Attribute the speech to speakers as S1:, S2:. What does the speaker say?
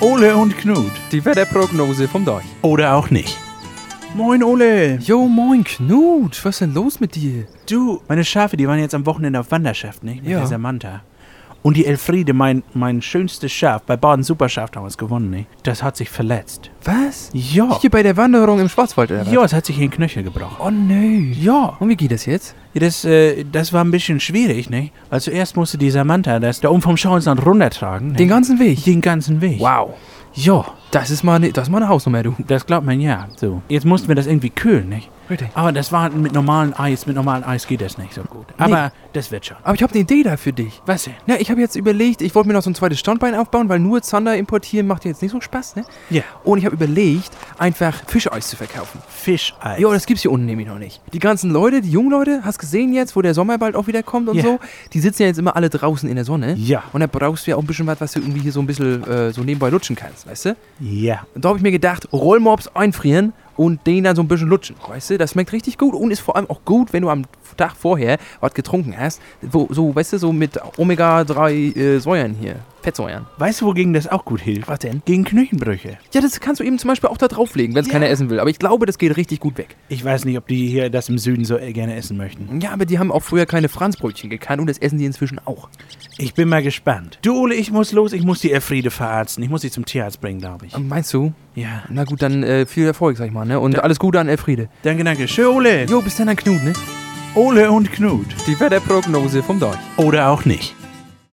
S1: Ole und Knut.
S2: Die Wetterprognose vom Deich.
S1: Oder auch nicht. Moin Ole.
S2: Jo, moin Knut, was ist denn los mit dir?
S1: Du, meine Schafe, die waren jetzt am Wochenende auf Wanderschaft, nicht? Mit
S2: Ja.
S1: der Samantha. Und die Elfriede, mein, mein schönstes Schaf, bei Baden Superschaf damals gewonnen, nicht? Das hat sich verletzt.
S2: Was?
S1: Ja.
S2: Hier bei der Wanderung im Schwarzwald, oder was?
S1: Ja, es hat sich hier den Knöchel gebrochen.
S2: Oh nö.
S1: Ja.
S2: Und wie geht das jetzt?
S1: Ja, Das, äh, das war ein bisschen schwierig, nicht? Weil zuerst musste die Samantha das da oben vom Schauinsland runtertragen.
S2: Den
S1: nicht?
S2: ganzen Weg?
S1: den ganzen Weg.
S2: Wow.
S1: Ja,
S2: Das ist mal eine, das ist mal eine Hausnummer, du.
S1: das glaubt man ja. So. Jetzt mussten wir das irgendwie kühlen, nicht?
S2: Richtig.
S1: Aber das war mit normalem Eis. Mit normalem Eis geht das nicht so gut. Aber das wird schon.
S2: Aber ich habe eine Idee da für dich.
S1: Was denn?
S2: Na, ich habe jetzt überlegt, ich wollte mir noch so ein zweites Standbein aufbauen, weil nur Zander importieren macht jetzt nicht so Spaß, ne?
S1: Ja.
S2: Und ich habe überlegt, einfach Fischeis zu verkaufen.
S1: Fischeis.
S2: Ja, das gibt's hier unten nämlich noch nicht. Die ganzen Leute, die jungen Leute, hast gesehen jetzt, wo der Sommer bald auch wieder kommt und
S1: Ja.
S2: so, die sitzen ja jetzt immer alle draußen in der Sonne.
S1: Ja.
S2: Und da brauchst du ja auch ein bisschen was, was du irgendwie hier so ein bisschen äh, so nebenbei lutschen kannst, weißt du?
S1: ja.
S2: Und da habe ich mir gedacht, Rollmops einfrieren und den dann so ein bisschen lutschen, weißt du? Das schmeckt richtig gut und ist vor allem auch gut, wenn du am Tag vorher was getrunken hast, wo, so, weißt du, so mit Omega-3 äh, Säuren hier, Fettsäuren.
S1: Weißt du, wogegen das auch gut hilft?
S2: Was denn?
S1: Gegen Knöchelbrüche.
S2: Ja, das kannst du eben zum Beispiel auch da drauflegen, wenn es
S1: Ja.
S2: keiner essen will. Aber ich glaube, das geht richtig gut weg.
S1: Ich weiß nicht, ob die hier das im Süden so äh, gerne essen möchten.
S2: Ja, aber die haben auch früher keine Franzbrötchen gekannt und das essen die inzwischen auch.
S1: Ich bin mal gespannt. Du, Ole, ich muss los. Ich muss die Elfriede verarzten. Ich muss sie zum Tierarzt bringen, glaube ich.
S2: Meinst du?
S1: Ja.
S2: Na gut, dann äh, viel Erfolg, sag ich mal, ne? Und alles Gute an Elfriede.
S1: Danke, danke. Schön, Ole.
S2: Jo, bis dann, Knut, ne?
S1: Ole und Knut.
S2: Die Wetterprognose vom Deich.
S1: Oder auch nicht.